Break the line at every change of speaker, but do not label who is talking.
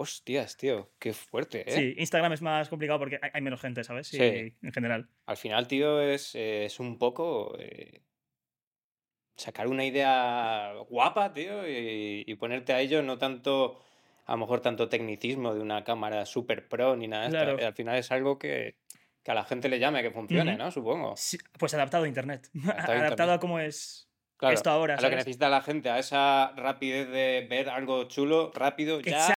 Hostias, tío, qué fuerte, ¿eh?
Sí, Instagram es más complicado porque hay, hay menos gente, ¿sabes? Sí,
Sí.
En general.
Al final, tío, es, eh, es un poco eh, sacar una idea guapa, tío, y, y ponerte a ello, no tanto, a lo mejor tanto tecnicismo de una cámara super pro ni nada. de esto. eh,
Claro.
Al final es algo que, que a la gente le llame, que funcione,
Ujú.
¿no? Supongo.
Sí, pues adaptado a Internet.
Adaptado
Adaptado,
a Internet.
a cómo es
Claro,
esto ahora,
a lo que
¿sabes?
necesita la gente, a esa rapidez de ver algo chulo, rápido, ya.